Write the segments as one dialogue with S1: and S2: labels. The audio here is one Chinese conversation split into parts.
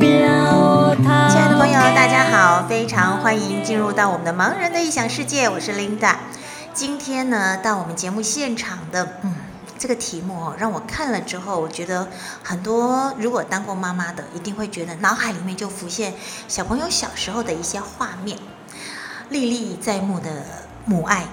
S1: 亲爱的朋友，大家好，非常欢迎进入到我们的盲人的异想世界，我是 Linda。今天呢，到我们节目现场的，嗯，这个题目哦，让我看了之后，我觉得很多如果当过妈妈的，一定会觉得脑海里面就浮现小朋友小时候的一些画面，历历在目的母爱，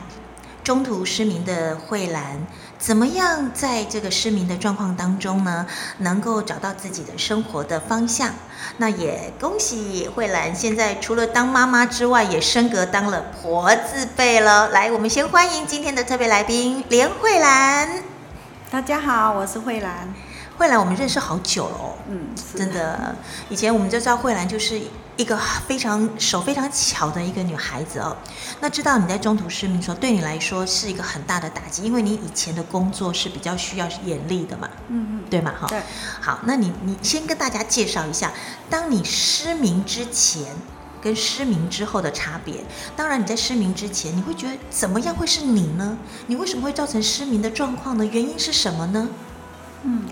S1: 中途失明的慧兰，怎么样在这个失明的状况当中呢，能够找到自己的生活的方向？那也恭喜慧兰，现在除了当妈妈之外，也升格当了婆字辈了。来，我们先欢迎今天的特别来宾连慧兰。
S2: 大家好，我是慧兰。
S1: 慧兰，我们认识好久了哦，
S2: 嗯，是
S1: 真的。以前我们就知道慧兰就是一个非常手非常巧的一个女孩子哦。那知道你在中途失明说，对你来说是一个很大的打击，因为你以前的工作是比较需要眼力的嘛，
S2: 嗯嗯，
S1: 对吗？哈，
S2: 对，
S1: 好，那你你先跟大家介绍一下，当你失明之前跟失明之后的差别。当然，你在失明之前，你会觉得怎么样会是你呢？你为什么会造成失明的状况呢？原因是什么呢？
S2: 嗯，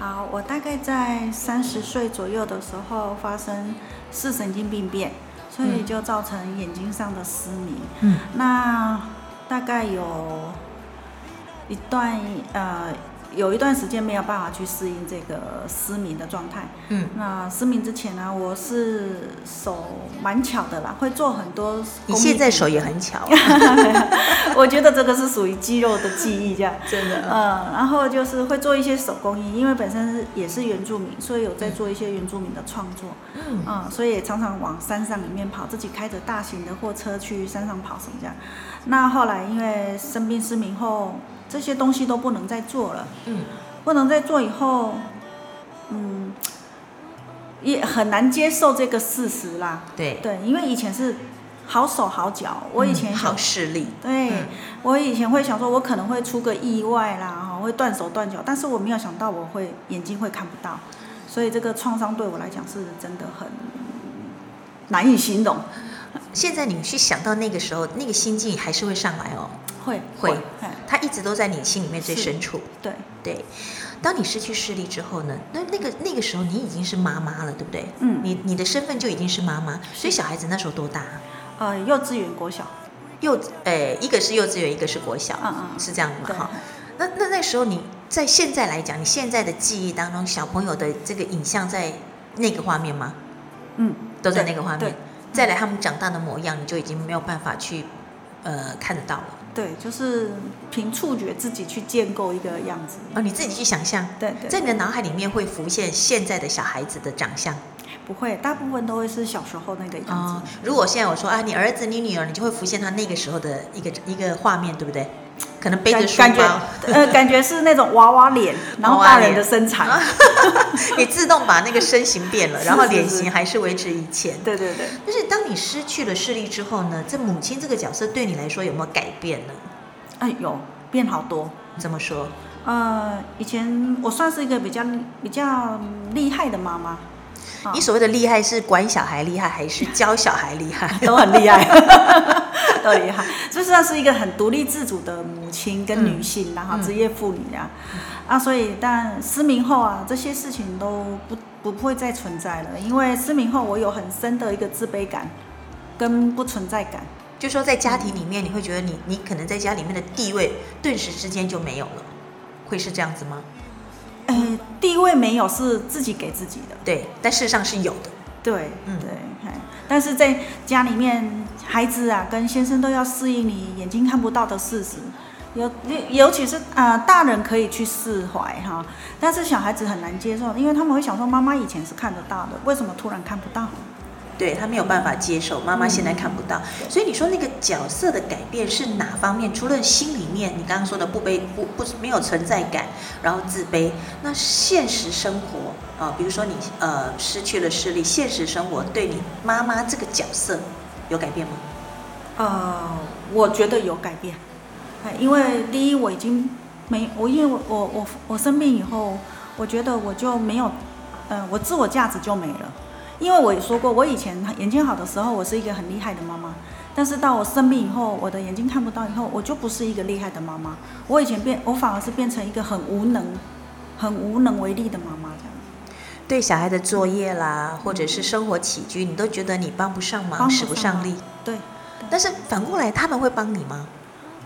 S2: 好，我大概在三十岁左右的时候发生视神经病变，所以
S1: 嗯
S2: 就造成眼睛上的失明。
S1: 嗯
S2: 那大概有一段呃，有一段时间没有办法去适应这个失明的状态。
S1: 嗯
S2: 那失明之前呢、我是手蛮巧的啦，会做很多工艺品。
S1: 你现在手也很巧啊、
S2: 我觉得这个是属于肌肉的记忆，这样。
S1: 真的。
S2: 嗯，然后就是会做一些手工艺，因为本身是也是原住民，所以有在做一些原住民的创作。
S1: 嗯
S2: 嗯，所以也常常往山上里面跑，自己开着大型的货车去山上跑什么这样。那后来因为生病失明后，这些东西都不能再做了，
S1: 嗯
S2: 不能再做以后，嗯，也很难接受这个事实啦。
S1: 对，
S2: 对，因为以前是好手好脚，我以前
S1: 嗯
S2: 小
S1: 好视力，
S2: 对，
S1: 嗯
S2: 我以前会想说，我可能会出个意外啦，哈，会断手断脚，但是我没有想到我会眼睛会看不到，所以这个创伤对我来讲是真的很难以形容。
S1: 现在你去想到那个时候，那个心境还是会上来哦，
S2: 会
S1: 会
S2: 嘿
S1: 它一直都在你心里面最
S2: 是
S1: 深处。
S2: 对，
S1: 对，当你失去视力之后呢，那那个那个时候你已经是妈妈了，对不对？
S2: 嗯，
S1: 你你的身份就已经是妈妈，所以小孩子那时候多大啊？
S2: 呃，幼稚园、国小，
S1: 幼呃，一个是幼稚园，一个是国小，
S2: 嗯嗯，
S1: 是这样的
S2: 对，
S1: 嘛哈。那那那时候你在现在来讲，你现在的记忆当中，小朋友的这个影像在那个画面吗？
S2: 嗯，
S1: 都在
S2: 对
S1: 那个画面
S2: 对。
S1: 再来，他们长大的模样，你就已经没有办法去呃看得到了，
S2: 嗯对，就是凭触觉自己去建构一个样子。
S1: 啊，你自己去想象，
S2: 对对，
S1: 在你的脑海里面会浮现现在的小孩子的长
S2: 哦
S1: 相。
S2: 不会，大部分都会是小时候那个样子。
S1: 啊、如果现在我说啊，你儿子、你女儿，你就会浮现他那个时候的一个一个画面，对不对？可能背着
S2: 感
S1: 书
S2: 感
S1: 包
S2: 觉，呃，感觉是那种娃娃 脸，然后
S1: 娃娃
S2: 大人
S1: 脸
S2: 的身材，
S1: 你自动把那个身形变了，
S2: 是
S1: 然后
S2: 是
S1: 脸
S2: 是
S1: 型还是维持以前。
S2: 对对对。
S1: 但是当你失去了视力之后呢？这母亲这个角色对你来说有没有改变呢？
S2: 哎，有变好多。
S1: 怎么说？
S2: 呃，以前我算是一个比较比较厉害的妈妈，啊
S1: 你所谓的厉害是管小孩厉害，还是教小孩厉害？
S2: 都很厉 害，都厉害，就算是一个很独立自主的母亲跟女性啦，然
S1: 嗯
S2: 后职业妇女啊，啊，所以但失明后啊，这些事情都不不会再存在了，因为失明后我有很深的一个自卑感跟不存在感。
S1: 就说在家庭里面，你会觉得你你可能在家里面的地位顿时之间就没有了，会是这样子吗？
S2: 呃，地位没有是自己给自己的，
S1: 对，但事实上是有的。
S2: 对，
S1: 嗯
S2: 对，嘿但是在家里面，孩子啊跟先生都要适应你眼睛看不到的事实，尤尤其是呃大人可以去释怀哈，但是小孩子很难接受，因为他们会想说妈妈以前是看得到的，为什么突然看不到？
S1: 对他没有办法接受，妈妈现在看不到，所以你说那个角色的改变是哪方面？除了心里面你刚刚说的不悲不不没有存在感，然后自卑，那现实生活啊、比如说你呃失去了视力，现实生活对你妈妈这个角色有改变吗？
S2: 呃，我觉得有改变，哎，因为第一我已经没我，因为我我我我生病以后，我觉得我就没有，呃，我自我价值就没了，因为我也说过，我以前眼睛好的时候，我是一个很厉害的妈妈。但是到我生病以后，我的眼睛看不到以后，我就不是一个厉害的妈妈。我以前变，我反而是变成一个很无能、很无能为力的妈妈这样。
S1: 对小孩的作业啦，或者是生活起居，你都觉得你嗯帮不上忙，
S2: 帮不
S1: 使不
S2: 上
S1: 上
S2: 忙
S1: 力。
S2: 对，
S1: 但是反过来，他们会帮你吗？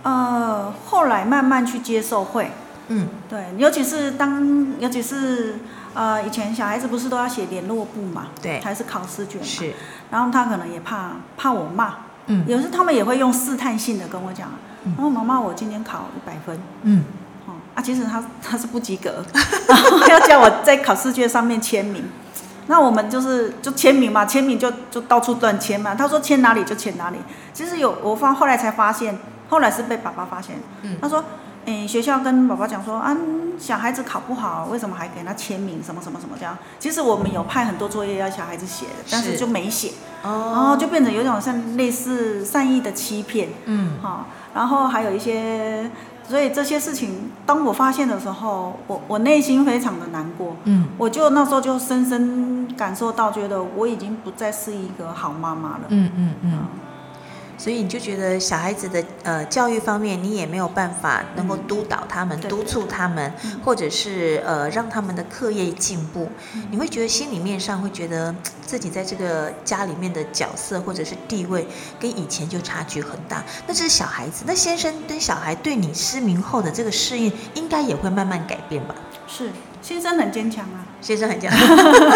S2: 呃，后来慢慢去接受会，
S1: 嗯，
S2: 对，尤其是当，尤其是呃，以前小孩子不是都要写联络簿嘛，
S1: 对
S2: 还是考试卷嘛，
S1: 是，
S2: 然后他可能也怕怕我骂，
S1: 嗯
S2: 有时他们也会用试探性的跟我讲，
S1: 嗯
S2: 然后妈妈我今天考一百分，
S1: 嗯，
S2: 哦啊，其实他 他是不及 格，然后要叫我在考试卷上面签名。那我们就是就签名嘛，签名就就到处乱签嘛。他说签哪里就签哪里。其实有我发后来才发现，后来是被爸爸发现。
S1: 嗯
S2: 他说，诶、学校跟爸爸讲说啊，小孩子考不好，为什么还给他签名什么什么什么这样？其实我们有派很多作业要小孩子写的，但
S1: 是
S2: 是就没写，然后
S1: 哦，
S2: 就变成有一种像类似善意的欺骗。
S1: 嗯
S2: 好、然后还有一些，所以这些事情，当我发现的时候，我我内心非常的难过，
S1: 嗯
S2: 我就那时候就深深感受到，觉得我已经不再是一个好妈妈了。
S1: 嗯嗯嗯，所以你就觉得小孩子的呃教育方面，你也没有办法能够
S2: 嗯
S1: 督导他们、
S2: 对
S1: 督促他们，
S2: 嗯
S1: 或者是呃让他们的课业进步，
S2: 嗯
S1: 你会觉得心里面上会觉得嘖自己在这个家里面的角色或者是地位跟以前就差距很大。那这是小孩子，那先生跟小孩对你失明后的这个适应，应该也会慢慢改变吧？
S2: 是，先生很坚强啊。
S1: 先生很坚强，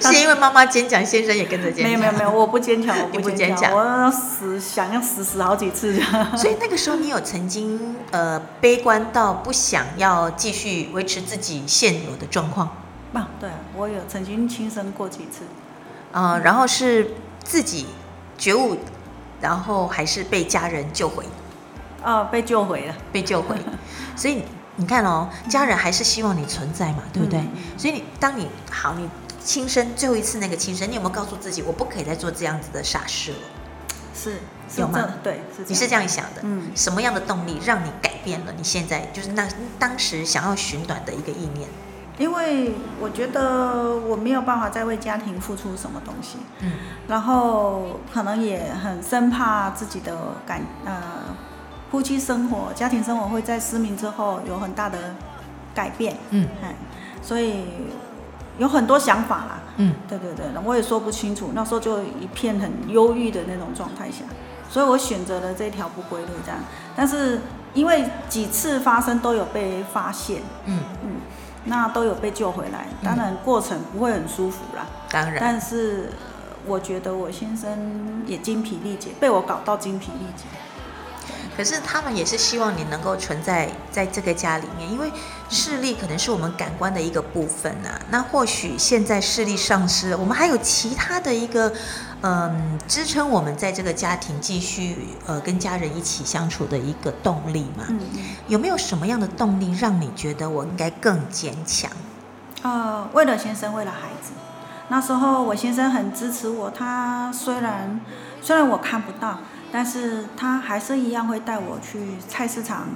S1: 是因为妈妈坚强，先生也跟着坚强。
S2: 没有没有没有，我不坚强，我
S1: 你不坚
S2: 坚
S1: 强
S2: 我死想要死死好几次。
S1: 所以那个时候，你有曾经呃悲观到不想要继续维持自己现有的状况，
S2: 啊，对我有曾经亲身过几次，嗯
S1: 呃，然后是自己觉悟，然后还是被家人救回，
S2: 呃，被救回了，
S1: 被 救回。所以你看哦，家人还是希望你存在嘛，对不对？
S2: 嗯
S1: 所以你当你好，你亲身最后一次那个亲身，你有没有告诉自己，我不可以再做这样子的傻事了？
S2: 是是
S1: 有吗
S2: 这对，是
S1: 你是这样想的，
S2: 嗯
S1: 什么样的动力让你改变了你现在就是那当时想要寻短的一个意念？
S2: 因为我觉得我没有办法再为家庭付出什么东西，
S1: 嗯
S2: 然后可能也很生怕自己的感呃夫妻生活、家庭生活会在失明之后有很大的改变，
S1: 嗯
S2: 嗯，所以有很多想法啦，
S1: 嗯。
S2: 对对对，我也说不清楚，那时候就一片很忧郁的那种状态下，所以我选择了这条不归路这样，但是因为几次发生都有被发现，
S1: 嗯
S2: 嗯，那都有被救回来，当然过程不会很舒服啦，，
S1: 当然，
S2: 但是呃我觉得我先生也精疲力竭，被我搞到精疲力竭。
S1: 可是他们也是希望你能够存在在这个家里面，因为视力可能是我们感官的一个部分啊。那或许现在视力丧失了，我们还有其他的一个，嗯，支撑我们在这个家庭继续呃跟家人一起相处的一个动力嘛。
S2: 嗯，
S1: 有没有什么样的动力让你觉得我应该更坚强？
S2: 呃，为了先生，为了孩子，那时候我先生很支持我，他虽然虽然我看不到，但是他还是一样会带我去菜市场。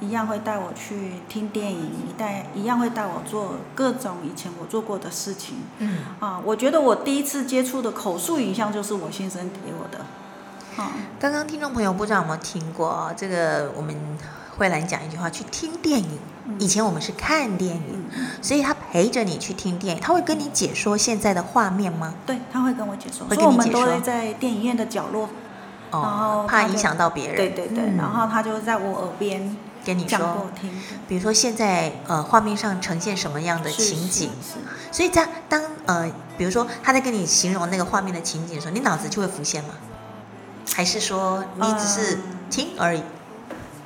S2: 一样会带我去听电影，一带一样会带我做各种以前我做过的事情
S1: 嗯，
S2: 啊。我觉得我第一次接触的口述影像就是我先生给我的，啊，
S1: 刚刚听众朋友不知道有没有听过啊、这个我们慧兰讲一句话，去听电影。
S2: 嗯
S1: 以前我们是看电影，
S2: 嗯，
S1: 所以他陪着你去听电影，他会跟你解说现在的画面吗？
S2: 对，他会跟我解说，
S1: 会
S2: 所
S1: 跟
S2: 以
S1: 你
S2: 我们
S1: 解
S2: 都
S1: 说
S2: 会在电影院的角落，然
S1: 哦
S2: 后，
S1: 怕
S2: 他就
S1: 影响到别人。
S2: 对对对，
S1: 嗯
S2: 然后他就在我耳边
S1: 跟你
S2: 讲给
S1: 说
S2: 我，听，
S1: 比如说现在呃画面上呈现什么样的
S2: 是
S1: 情景，
S2: 是是
S1: 所以这样当呃比如说他在跟你形容那个画面的情景的时候，你脑子就会浮现吗？还是说你只
S2: 呃
S1: 是听而已？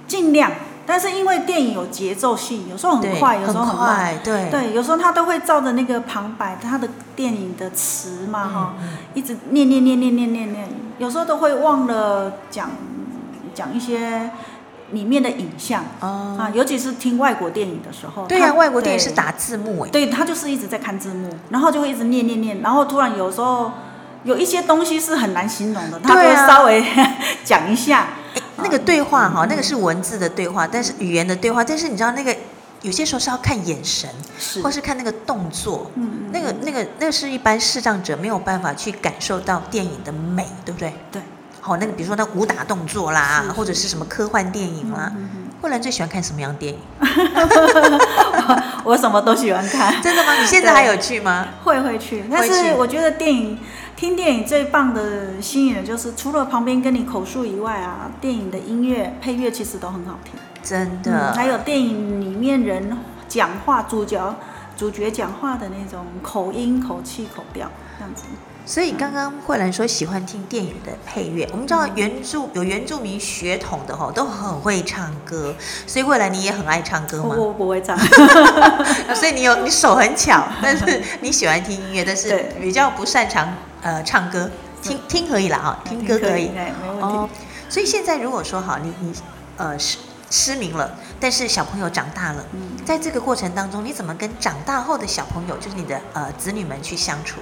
S2: 尽量，但是因为电影有节奏性，有时候很
S1: 对，
S2: 快，有时候很慢，
S1: 快，对
S2: 对，有时候他都会照着那个旁白，他的电影的词嘛哈，
S1: 嗯
S2: 一直念念念念念念念，有时候都会忘了讲讲一些里面的影像。
S1: 哦，
S2: 啊，尤其是听外国电影的时候，
S1: 对呀、
S2: 哦他
S1: 外国电影是
S2: 对
S1: 打字幕哎，
S2: 对他就是一直在看字幕，然后就会一直念念念，然后突然有时候有一些东西是很难形容的，他就
S1: 对
S2: 会
S1: 啊
S2: 稍微 讲一下。
S1: 那个对话哈、那个是文字的对话，但是语言的对话，但是你知道那个有些时候是要看眼神，
S2: 是
S1: 或是看那个动作，
S2: 嗯，嗯
S1: 那个那个那是一般视障者没有办法去感受到电影的美，对不对？
S2: 对，
S1: 好、那个比如说那武打动作啦
S2: 是，是
S1: 或者是什么科幻电影啦，
S2: 嗯嗯嗯
S1: 慧兰最喜欢看什么样的电 影？
S2: 我什么都喜欢看，
S1: 真的吗？你现在还有去吗？
S2: 会会去。但
S1: 去
S2: 是我觉得电影听电影最棒的吸引人，就是除了旁边跟你口述以外啊，电影的音乐配乐其实都很好听。
S1: 真的
S2: 嗯，，还有电影里面人讲话，主角主角讲话的那种口音、口气、口调，这样子。
S1: 所以刚刚慧兰说喜欢听电影的配乐，我们知道原住有原住民血统的吼，都很会唱 歌，所以慧兰你也很爱唱歌
S2: 我
S1: 吗？
S2: 我不会唱，哦
S1: 啊所以你有你手 很巧，但是你喜欢听音乐，但是
S2: 对嗯
S1: 比较不擅长呃唱歌，
S2: 是
S1: 听听可以啦哈，听歌可以。
S2: 对，没问题。
S1: 哦，所以现在如果说好，你你呃失失明了，但是小朋友长大了，
S2: 嗯，
S1: 在这个过程当中，你怎么跟长大后的小朋友，就是你的呃子女们去相处？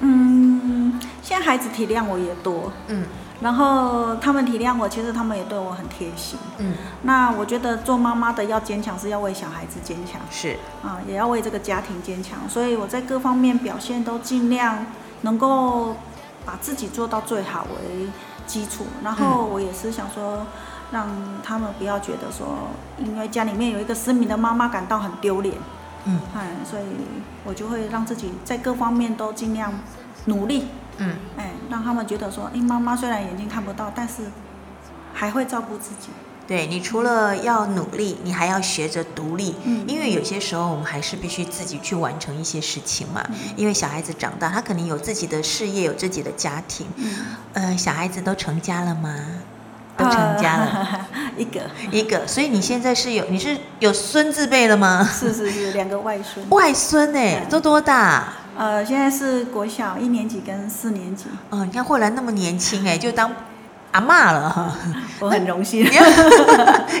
S2: 嗯，现在孩子体谅我也多，
S1: 嗯
S2: 然后他们体谅我，其实他们也对我很贴心。
S1: 嗯，
S2: 那我觉得做妈妈的要坚强，是要为小孩子坚强
S1: 是
S2: 啊，也要为这个家庭坚强。所以我在各方面表现都尽量能够把自己做到最好为基础。然后
S1: 嗯
S2: 我也是想说，让他们不要觉得说，因为家里面有一个失明的妈妈感到很丢脸。
S1: 嗯
S2: 哎，所以我就会让自己在各方面都尽量努力，
S1: 嗯，
S2: 哎，让他们觉得说，哎，妈妈虽然眼睛看不到，但是还会照顾自己。
S1: 对你除了要努力，你还要学着独立，
S2: 嗯
S1: 因为有些时候我们还是必须自己去完成一些事情嘛。
S2: 嗯
S1: 因为小孩子长大，他可能有自己的事业，有自己的家庭。
S2: 嗯，
S1: 呃，小孩子都成家了吗？都成家了，
S2: 呃 一个
S1: 一个。所以你现在是有你是有孙子辈了吗？
S2: 是是是两个外孙，
S1: 外孙哎、
S2: 嗯
S1: 都多大？
S2: 呃，现在是国小一年级跟四年级，
S1: 哦，你看霍兰那么年轻哎、就当阿嬷了哈，
S2: 我很荣幸。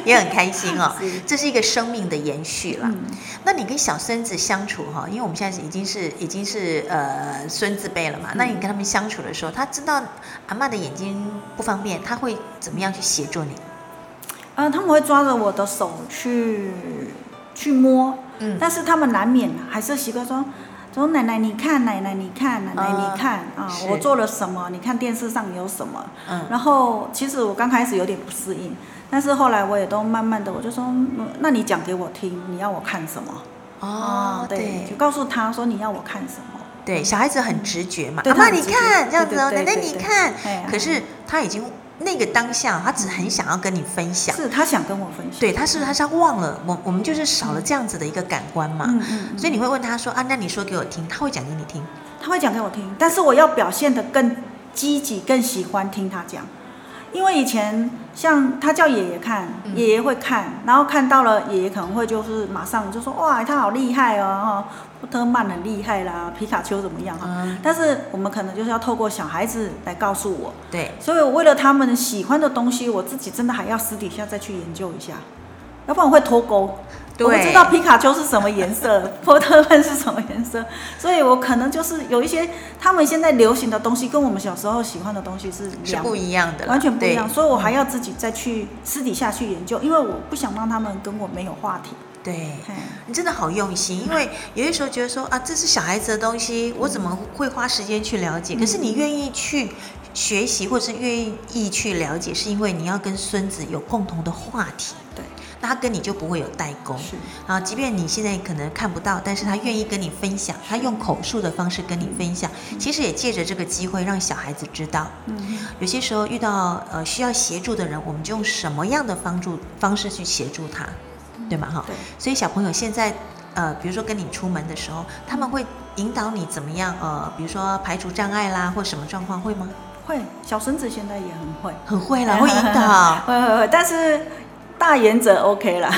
S1: 也很开心哦。
S2: 是
S1: 这是一个生命的延续啦。
S2: 嗯，
S1: 那你跟小孙子相处哈，因为我们现在是已经是已经是呃孙子辈了嘛，
S2: 嗯
S1: 那你跟他们相处的时候，他知道阿嬷的眼睛不方便，他会怎么样去协助你？
S2: 呃，他们会抓着我的手去去摸，
S1: 嗯，
S2: 但是他们难免还是习惯说。说奶奶你看，奶奶你看，奶奶
S1: 啊
S2: 你看啊、
S1: 是
S2: 我做了什么？你看电视上有什么？
S1: 嗯
S2: 然后其实我刚开始有点不适应，但是后来我也都慢慢的，我就说，嗯那你讲给我听，你要我看什么？啊
S1: 哦，
S2: 对，就
S1: 对
S2: 告诉他说你要我看什么。
S1: 对，小孩子很直觉嘛，
S2: 对
S1: 阿
S2: 他
S1: 嬷
S2: 很
S1: 你
S2: 直觉
S1: 看这样子哦，奶
S2: 对对对
S1: 奶
S2: 对
S1: 你
S2: 对
S1: 看，
S2: 哎呀
S1: 可是他已经那个当下，他只很想要跟你分享。
S2: 是他想跟我分享。
S1: 对，他是不是他是他忘了我，我们就是少了这样子的一个感官嘛，
S2: 嗯嗯嗯，
S1: 所以你会问他说啊，那你说给我听，他会讲给你听。
S2: 他会讲给我听，但是我要表现得更积极，更喜欢听他讲。因为以前像他叫爷爷看，
S1: 嗯
S2: 爷爷会看，然后看到了，爷爷可能会就是马上就说哇，他好厉害哦，哦波特曼很厉害啦，皮卡丘怎么样啊？
S1: 嗯，
S2: 但是我们可能就是要透过小孩子来告诉我，
S1: 对，
S2: 所以我为了他们喜欢的东西，我自己真的还要私底下再去研究一下，要不然我会脱钩。我不知道皮卡丘是什么颜色， 波特曼是什么颜色，所以我可能就是有一些他们现在流行的东西，跟我们小时候喜欢的东西是
S1: 是
S2: 两
S1: 不一样的啦，
S2: 完全不一样，
S1: 对
S2: 所以我还要自己再去私底下去研究，因为我不想让他们跟我没有话题。
S1: 对。
S2: 嘿
S1: 你真的好用心，因为有些时候觉得说啊，这是小孩子的东西，我怎么会花时间去了解？可是你愿意去学习，或是愿意去了解，是因为你要跟孙子有共同的话题，
S2: 对，
S1: 那他跟你就不会有代沟。
S2: 是，
S1: 啊，即便你现在可能看不到，但是他愿意跟你分享，他用口述的方式跟你分享，其实也借着这个机会让小孩子知道，
S2: 嗯，
S1: 有些时候遇到呃需要协助的人，我们就用什么样的帮助方式去协助他，对吗？哈，
S2: 对，
S1: 所以小朋友现在呃，比如说跟你出门的时候，他们会引导你怎么样？呃，比如说排除障碍啦，或什么状况会吗？
S2: 会小孙子现在也很会，。
S1: 很会啦，会引导
S2: 会会会，但是大原则 OK 啦，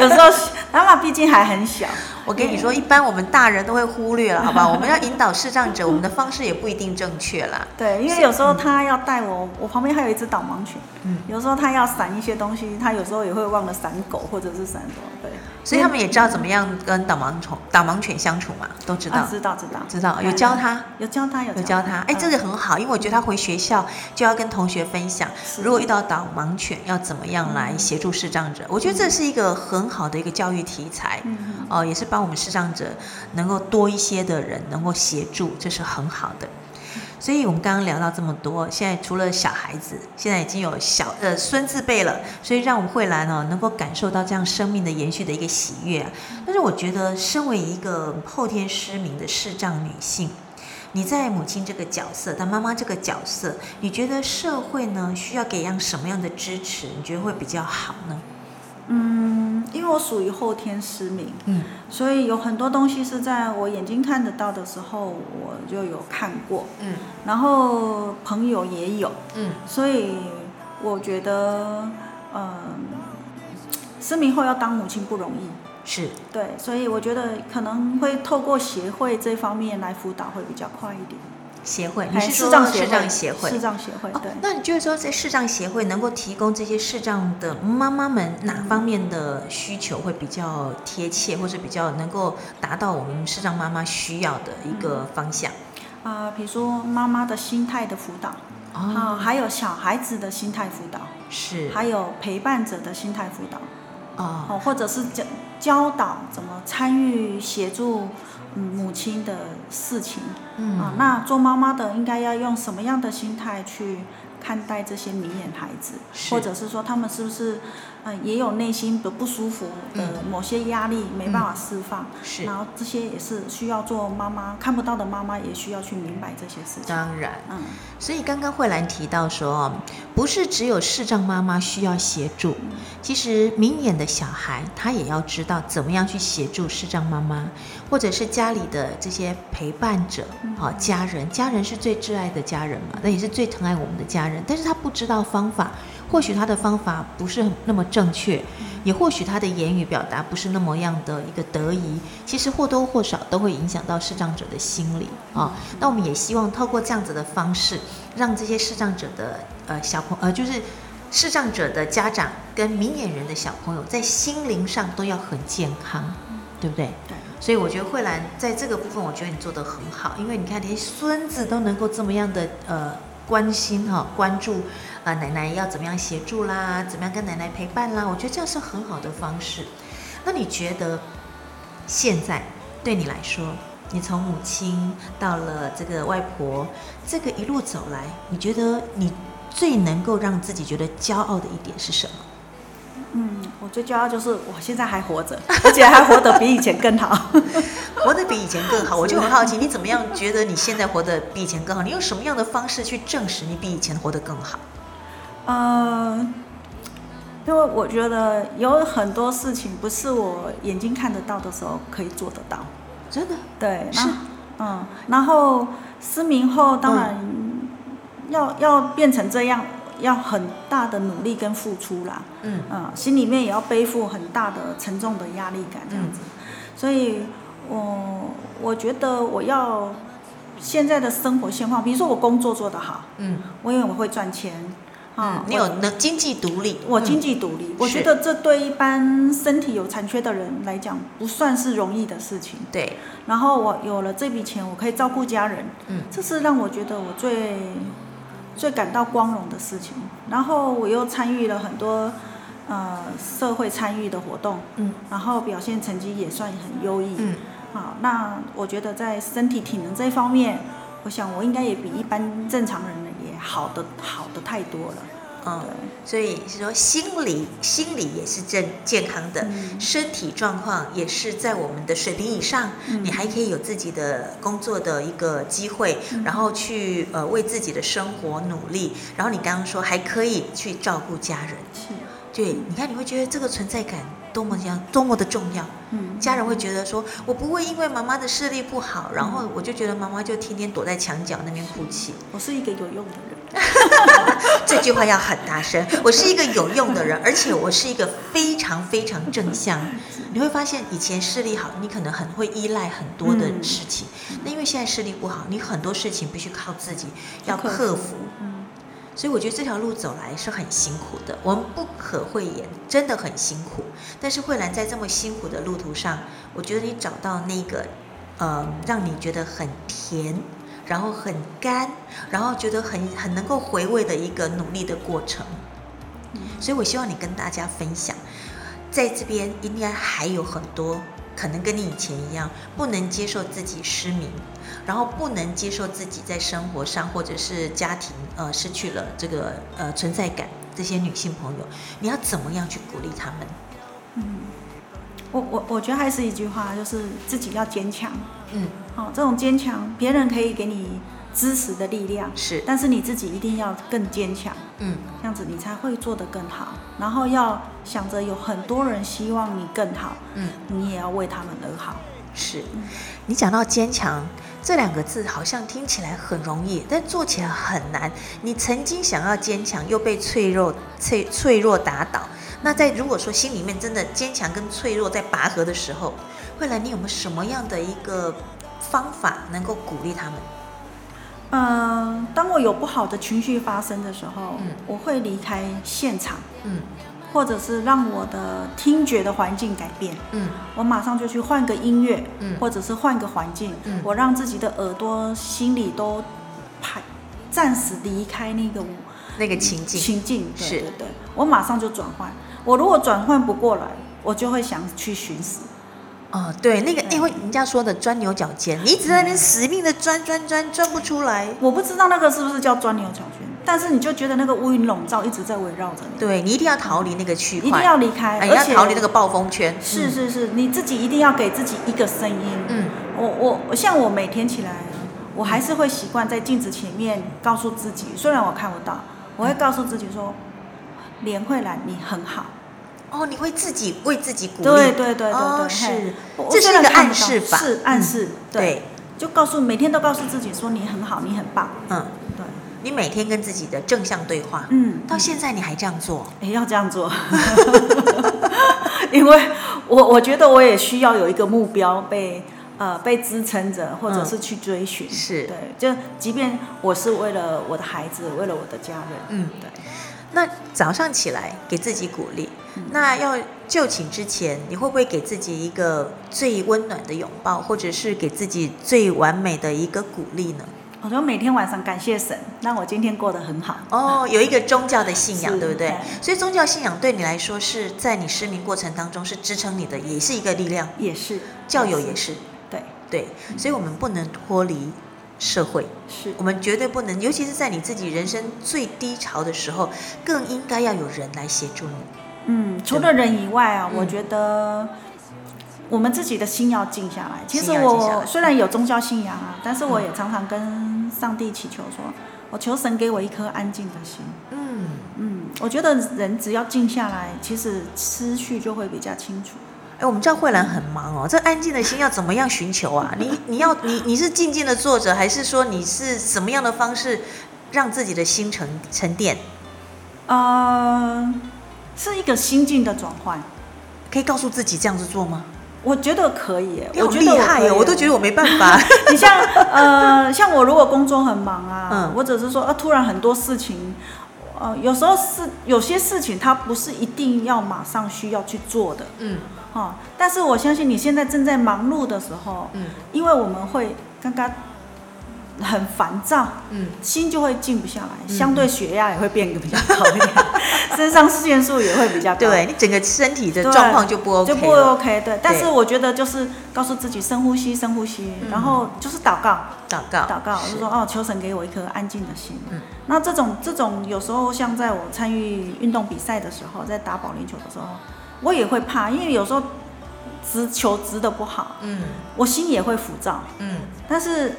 S2: 有时候他们毕竟还很小，
S1: 我跟你说，一般我们大人都会忽略了，好吧？我们要引导视障者，我们的方式也不一定正确啦。
S2: 对，因为有时候他要带我，我旁边还有一只导盲犬，
S1: 嗯
S2: 有时候他要闪一些东西，他有时候也会忘了闪狗或者是闪什么，对，
S1: 所以他们也知道怎么样跟导盲宠、导盲犬相处嘛，都知
S2: 嗯
S1: 道
S2: 啊、，知道知道
S1: 知道有教他。
S2: 有教他有
S1: 有教他，哎，这个
S2: 嗯
S1: 很好，因为我觉得他回学校就要跟同学分享，
S2: 是
S1: 如果遇到导盲犬要怎么样来协助视障者，我觉得这是一个很好的一个教育题材，
S2: 嗯
S1: 哦，也是帮我们视障者能够多一些的人能够协助，这是很好的。所以我们刚刚聊到这么多，现在除了小孩子，现在已经有小呃孙子辈了，所以让我们慧兰哦能够感受到这样生命的延续的一个喜悦、啊。但是我觉得，身为一个后天失明的视障女性，你在母亲这个角色，当妈妈这个角色，你觉得社会呢需要给样什么样的支持？你觉得会比较好呢？
S2: 嗯，因为我属于后天失明，
S1: 嗯
S2: 所以有很多东西是在我眼睛看得到的时候，我就有看过，
S1: 嗯
S2: 然后朋友也有，
S1: 嗯
S2: 所以我觉得，嗯，失明后要当母亲不容易，
S1: 是
S2: 对，所以我觉得可能会透过协会这方面来辅导会比较快一点。
S1: 协会，你
S2: 哎
S1: 是
S2: 视
S1: 说
S2: 障
S1: 视障协会
S2: 视障协会，
S1: 哦
S2: 对，。
S1: 那你就是说，在视障协会能够提供这些视障的妈妈们哪方面的需求会比较贴切，或者比较能够达到我们视障妈妈需要的一个方向？
S2: 啊、比如说妈妈的心态的辅导，
S1: 哦
S2: 啊、还有小孩子的心态辅导，
S1: 是
S2: 还有陪伴者的心态辅导，
S1: 哦，
S2: 哦，或者是教教导怎么参与协助嗯母亲的事情啊、
S1: 嗯，
S2: 那做妈妈的应该要用什么样的心态去看待这些明眼孩子，
S1: 是
S2: 或者是说他们是不是呃也有内心的不舒服的某些压力没办法释放，
S1: 嗯是
S2: 然后这些也是需要做妈妈看不到的妈妈也需要去明白这些事情。
S1: 当然。
S2: 嗯，
S1: 所以刚刚慧兰提到说，哦，不是只有视障妈妈需要协助，其实明眼的小孩他也要知道怎么样去协助视障妈妈，或者是家里的这些陪伴者，好、家人，家人是最挚爱的家人嘛，那也是最疼爱我们的家人，但是他不知道方法，或许他的方法不是很那么正确，也或许他的言语表达不是那么样的一个得宜，其实或多或少都会影响到视障者的心理啊、那我们也希望透过这样子的方式，让这些视障者的呃小朋呃就是视障者的家长跟明眼人的小朋友在心灵上都要很健康，对不对？
S2: 对。
S1: 所以我觉得慧兰在这个部分，我觉得你做得很好，因为你看连孙子都能够这么样的呃关心哈、关注啊、奶奶要怎么样协助啦，怎么样跟奶奶陪伴啦，我觉得这是很好的方式。那你觉得现在对你来说，你从母亲到了这个外婆，这个一路走来，你觉得你最能够让自己觉得骄傲的一点是什么？
S2: 嗯，我最骄傲就是我现在还活着，而且还活得比以前更好。
S1: 活得比以前更好，我就很好奇，你怎么样觉得你现在活得比以前更好？你用什么样的方式去证实你比以前活得更好？
S2: 呃，因为我觉得有很多事情不是我眼睛看得到的时候可以做得到。
S1: 真的
S2: 对，
S1: 是嗯
S2: 那嗯，然后失明后当然要、要变成这样，要很大的努力跟付出啦。
S1: 嗯
S2: 嗯，心里面也要背负很大的沉重的压力
S1: 嗯
S2: 感这样子，所以我我觉得我要现在的生活现况，比如说我工作做得好，
S1: 嗯
S2: 我因为我会赚钱，啊、
S1: 嗯，你有能经济独立，嗯
S2: 我我经
S1: 济
S2: 济独立，我
S1: 是
S2: 觉得这对一般身体有残缺的人来讲不算是容易的事情。
S1: 对，
S2: 然后我有了这笔钱，我可以照顾家人，
S1: 嗯
S2: 这是让我觉得我最最感到光荣的事情。然后我又参与了很多呃社会参与的活动，
S1: 嗯
S2: 然后表现成绩也算很优异。
S1: 嗯
S2: 好，那我觉得在身体体能这一方面，我想我应该也比一般正常人也好的好的太多了。
S1: 嗯，
S2: 对，
S1: 所以是说心理心理也是健健康的，
S2: 嗯
S1: 身体状况也是在我们的水平以上，
S2: 嗯
S1: 你还可以有自己的工作的一个机会，
S2: 嗯
S1: 然后去呃为自己的生活努力，然后你刚刚说还可以去照顾家人，
S2: 是，
S1: 对，你看你会觉得这个存在感多么样多么的重要，
S2: 嗯，
S1: 家人会觉得说我不会因为妈妈的视力不好，然后我就觉得妈妈就天天躲在墙角那边哭泣。
S2: 我是一个有用的人。
S1: 这句话要很大声。我是一个有用 的人，而且我是一个非常非常正向。你会发现，以前视力好，你可能很会依赖很多的
S2: 嗯
S1: 事情，那因为现在视力不好，你很多事情必须靠自己，要
S2: 克服
S1: 克服。
S2: 嗯
S1: 所以我觉得这条路走来是很辛苦的，我们不可讳言，真的很辛苦。但是慧兰在这么辛苦的路途上，我觉得你找到那个，呃，让你觉得很甜，然后很干，然后觉得很很能够回味的一个努力的过程。
S2: 嗯
S1: 所以我希望你跟大家分享，在这边应该还有很多可能跟你以前一样，不能接受自己失明，然后不能接受自己在生活上或者是家庭呃失去了这个呃存在感。这些女性朋友，你要怎么样去鼓励她们？
S2: 嗯，我我我觉得还是一句话，就是自己要坚强。
S1: 嗯，
S2: 好、这种坚强，别人可以给你支持的力量，
S1: 是，
S2: 但是你自己一定要更坚强，
S1: 嗯
S2: 这样子你才会做得更好。然后要想着有很多人希望你更好，
S1: 嗯，
S2: 你也要为他们而好。
S1: 是。你讲到坚强这两个字，好像听起来很容易，但做起来很难。你曾经想要坚强，又被脆弱脆脆弱打倒。那在如果说心里面真的坚强跟脆弱在拔河的时候，慧兰，你有没有什么样的一个方法能够鼓励他们？
S2: 嗯，当我有不好的情绪发生的时候，
S1: 嗯
S2: 我会离开现场，
S1: 嗯
S2: 或者是让我的听觉的环境改变，
S1: 嗯
S2: 我马上就去换个音乐，
S1: 嗯
S2: 或者是换个环境，
S1: 嗯
S2: 我让自己的耳朵、心里都排，暂时离开那个
S1: 那个情境
S2: 情境，对
S1: 是
S2: 对对，我马上就转换。我如果转换不过来，我就会想去寻死。
S1: 哦，对，那个
S2: 对
S1: 因为人家说的钻牛角尖，你一直在那边死命的钻钻钻，钻不出来。
S2: 我不知道那个是不是叫钻牛角尖，但是你就觉得那个乌云笼罩一直在围绕着你，
S1: 对你一定要逃离那个区
S2: 一定
S1: 块，
S2: 要离开，
S1: 哎，
S2: 而
S1: 要
S2: 且
S1: 逃离那个暴风圈。
S2: 是是是，你自己一定要给自己一个声音。
S1: 嗯，
S2: 我我我像我每天起来，我还是会习惯在镜子前面告诉自己，虽然我看不到，我会告诉自己说，连慧兰你很好。
S1: 哦，你会自己为自己鼓励。
S2: 对对对对
S1: 哦
S2: 对，
S1: 是
S2: 嘿我
S1: 这
S2: 我
S1: 是
S2: 虽然
S1: 一个
S2: 看
S1: 暗
S2: 不到
S1: 示吧
S2: 是暗示，对，
S1: 对，
S2: 就告诉每天都告诉自己说你很好，你很棒，
S1: 嗯，
S2: 对，
S1: 你每天跟自己的正向对话，
S2: 嗯，
S1: 到现在你还这样做，
S2: 哎，要这样做， 因为我我觉得我也需要有一个目标被呃被支撑着，或者是去追寻。
S1: 嗯是
S2: 对，就即便我是为了我的孩子，为了我的家人，
S1: 嗯，
S2: 对，
S1: 那早上起来给自己鼓励，
S2: 嗯
S1: 那要就寝之前，你会不会给自己一个最温暖的拥抱，或者是给自己最完美的一个鼓励呢？
S2: 我就每天晚上感谢神，让我今天过得很好。
S1: 哦，有一个宗教的信仰，
S2: 嗯是
S1: 对不对
S2: 对？
S1: 所以宗教信仰对你来说是在你失明过程当中是支撑你的，也是一个力量。
S2: 也是
S1: 教友也是，
S2: 对，
S1: 对，所以我们不能脱离社会，
S2: 是
S1: 我们绝对不能，尤其是在你自己人生最低潮的时候，更应该要有人来协助你。
S2: 嗯，除了人以外啊，
S1: 嗯
S2: 我觉得我们自己的心要静下来。其实
S1: 心要静下来
S2: 我虽然有宗教信仰啊，但是我也常常跟上帝祈求说，我求神给我一颗安静的心。
S1: 嗯，
S2: 嗯，我觉得人只要静下来，其实思绪就会比较清楚。
S1: 哎，我们知道慧兰很忙哦，这安静的心要怎么样寻求 啊？你你要你你是静静的坐着，还是说你是什么样的方式让自己的心沉沉淀？
S2: 呃，是一个心境的转换，
S1: 可以告诉自己这样子做吗？
S2: 我觉得可以。
S1: 你
S2: 我
S1: 好
S2: 觉
S1: 厉
S2: 得
S1: 害
S2: 可以
S1: 哦，我都觉得我没办 法。
S2: 你像呃，像我如果工作很忙啊，
S1: 嗯
S2: 或者是说啊，突然很多事情，呃，有时候是有些事情它不是一定要马上需要去做的
S1: 嗯
S2: 哈、哦但是我相信你现在正在忙碌的时候，
S1: 嗯
S2: 因为我们会刚刚很烦躁，
S1: 嗯，
S2: 心就会静不下来，
S1: 嗯
S2: 相对血压也会变得比较高一 点，身上腺素也会比较高。
S1: 对你整个身体的
S2: 对
S1: 状况就不 OK
S2: 就不
S1: 了
S2: OK 对，但是我觉得就是告诉自己深呼吸，深呼吸，
S1: 嗯
S2: 然后就是祷告，
S1: 祷告
S2: 祷告，
S1: 啊是
S2: 就说哦，求神给我一颗安静的心。
S1: 嗯
S2: 那这种这种有时候像在我参与运动比赛的时候，在打保龄球的时候，我也会怕，因为有时候直球直的不好，
S1: 嗯
S2: 我心也会浮躁。
S1: 嗯
S2: 但是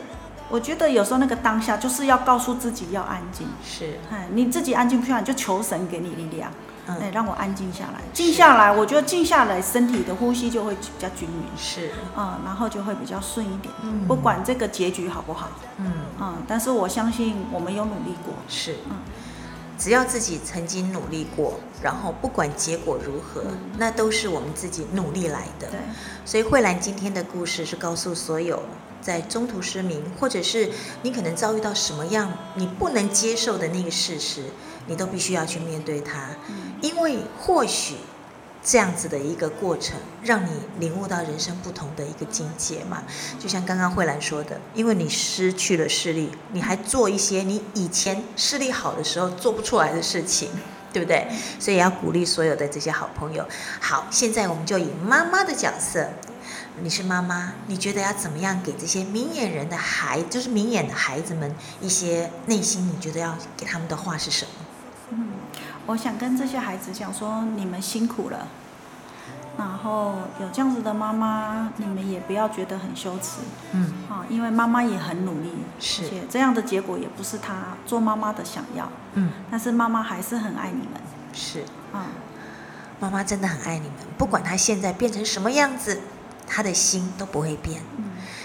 S2: 我觉得有时候那个当下就是要告诉自己要安静，
S1: 是
S2: 哎，你自己安静不下来，你就求神给你力量，哎，
S1: 嗯
S2: 让我安静下来，静下来，我觉得静下来，身体的呼吸就会比较均匀。
S1: 是
S2: 啊、然后就会比较顺一点，
S1: 嗯
S2: 不管这个结局好不好，
S1: 嗯
S2: 嗯，但是我相信我们有努力过，
S1: 是
S2: 嗯，
S1: 只要自己曾经努力过，然后不管结果如何，
S2: 嗯
S1: 那都是我们自己努力来的。
S2: 对，
S1: 所以慧兰今天的故事是告诉所有在中途失明，或者是你可能遭遇到什么样你不能接受的那个事实，你都必须要去面对它，
S2: 嗯
S1: 因为或许这样子的一个过程，让你领悟到人生不同的一个境界嘛。就像刚刚慧兰说的，因为你失去了视力，你还做一些你以前视力好的时候做不出来的事情。对不对？所以要鼓励所有的这些好朋友。好，现在我们就以妈妈的角色你是妈妈，你觉得要怎么样给这些明眼人的孩，就是明眼的孩子们一些内心，你觉得要给他们的话是什么？
S2: 我想跟这些孩子讲说，你们辛苦了，然后有这样子的妈妈，你们也不要觉得很羞耻
S1: 嗯，
S2: 啊，因为妈妈也很努力，而
S1: 是，
S2: 且这样的结果也不是她做妈妈的想要，
S1: 嗯，
S2: 但是妈妈还是很爱你们
S1: 是，
S2: 啊，
S1: 妈妈真的很爱你们，不管她现在变成什么样子，她的心都不会变。
S2: 嗯，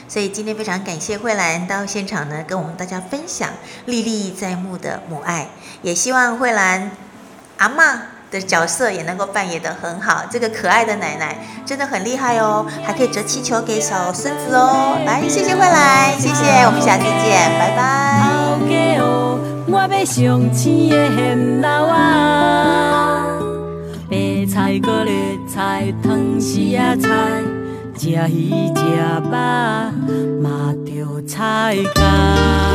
S1: 所以今天非常感谢慧兰到现场呢，跟我们大家分享历历在目的母爱，也希望慧兰阿嬷的角色也能够扮演得很好。这个可爱的奶奶真的很厉害哦，还可以折气球给小孙子哦。来，谢谢慧兰，谢谢，我们下次见，拜拜。
S3: 头家哦，我要上青的咸老啊，白菜搁绿菜，汤丝啊菜，食鱼食肉嘛着菜干。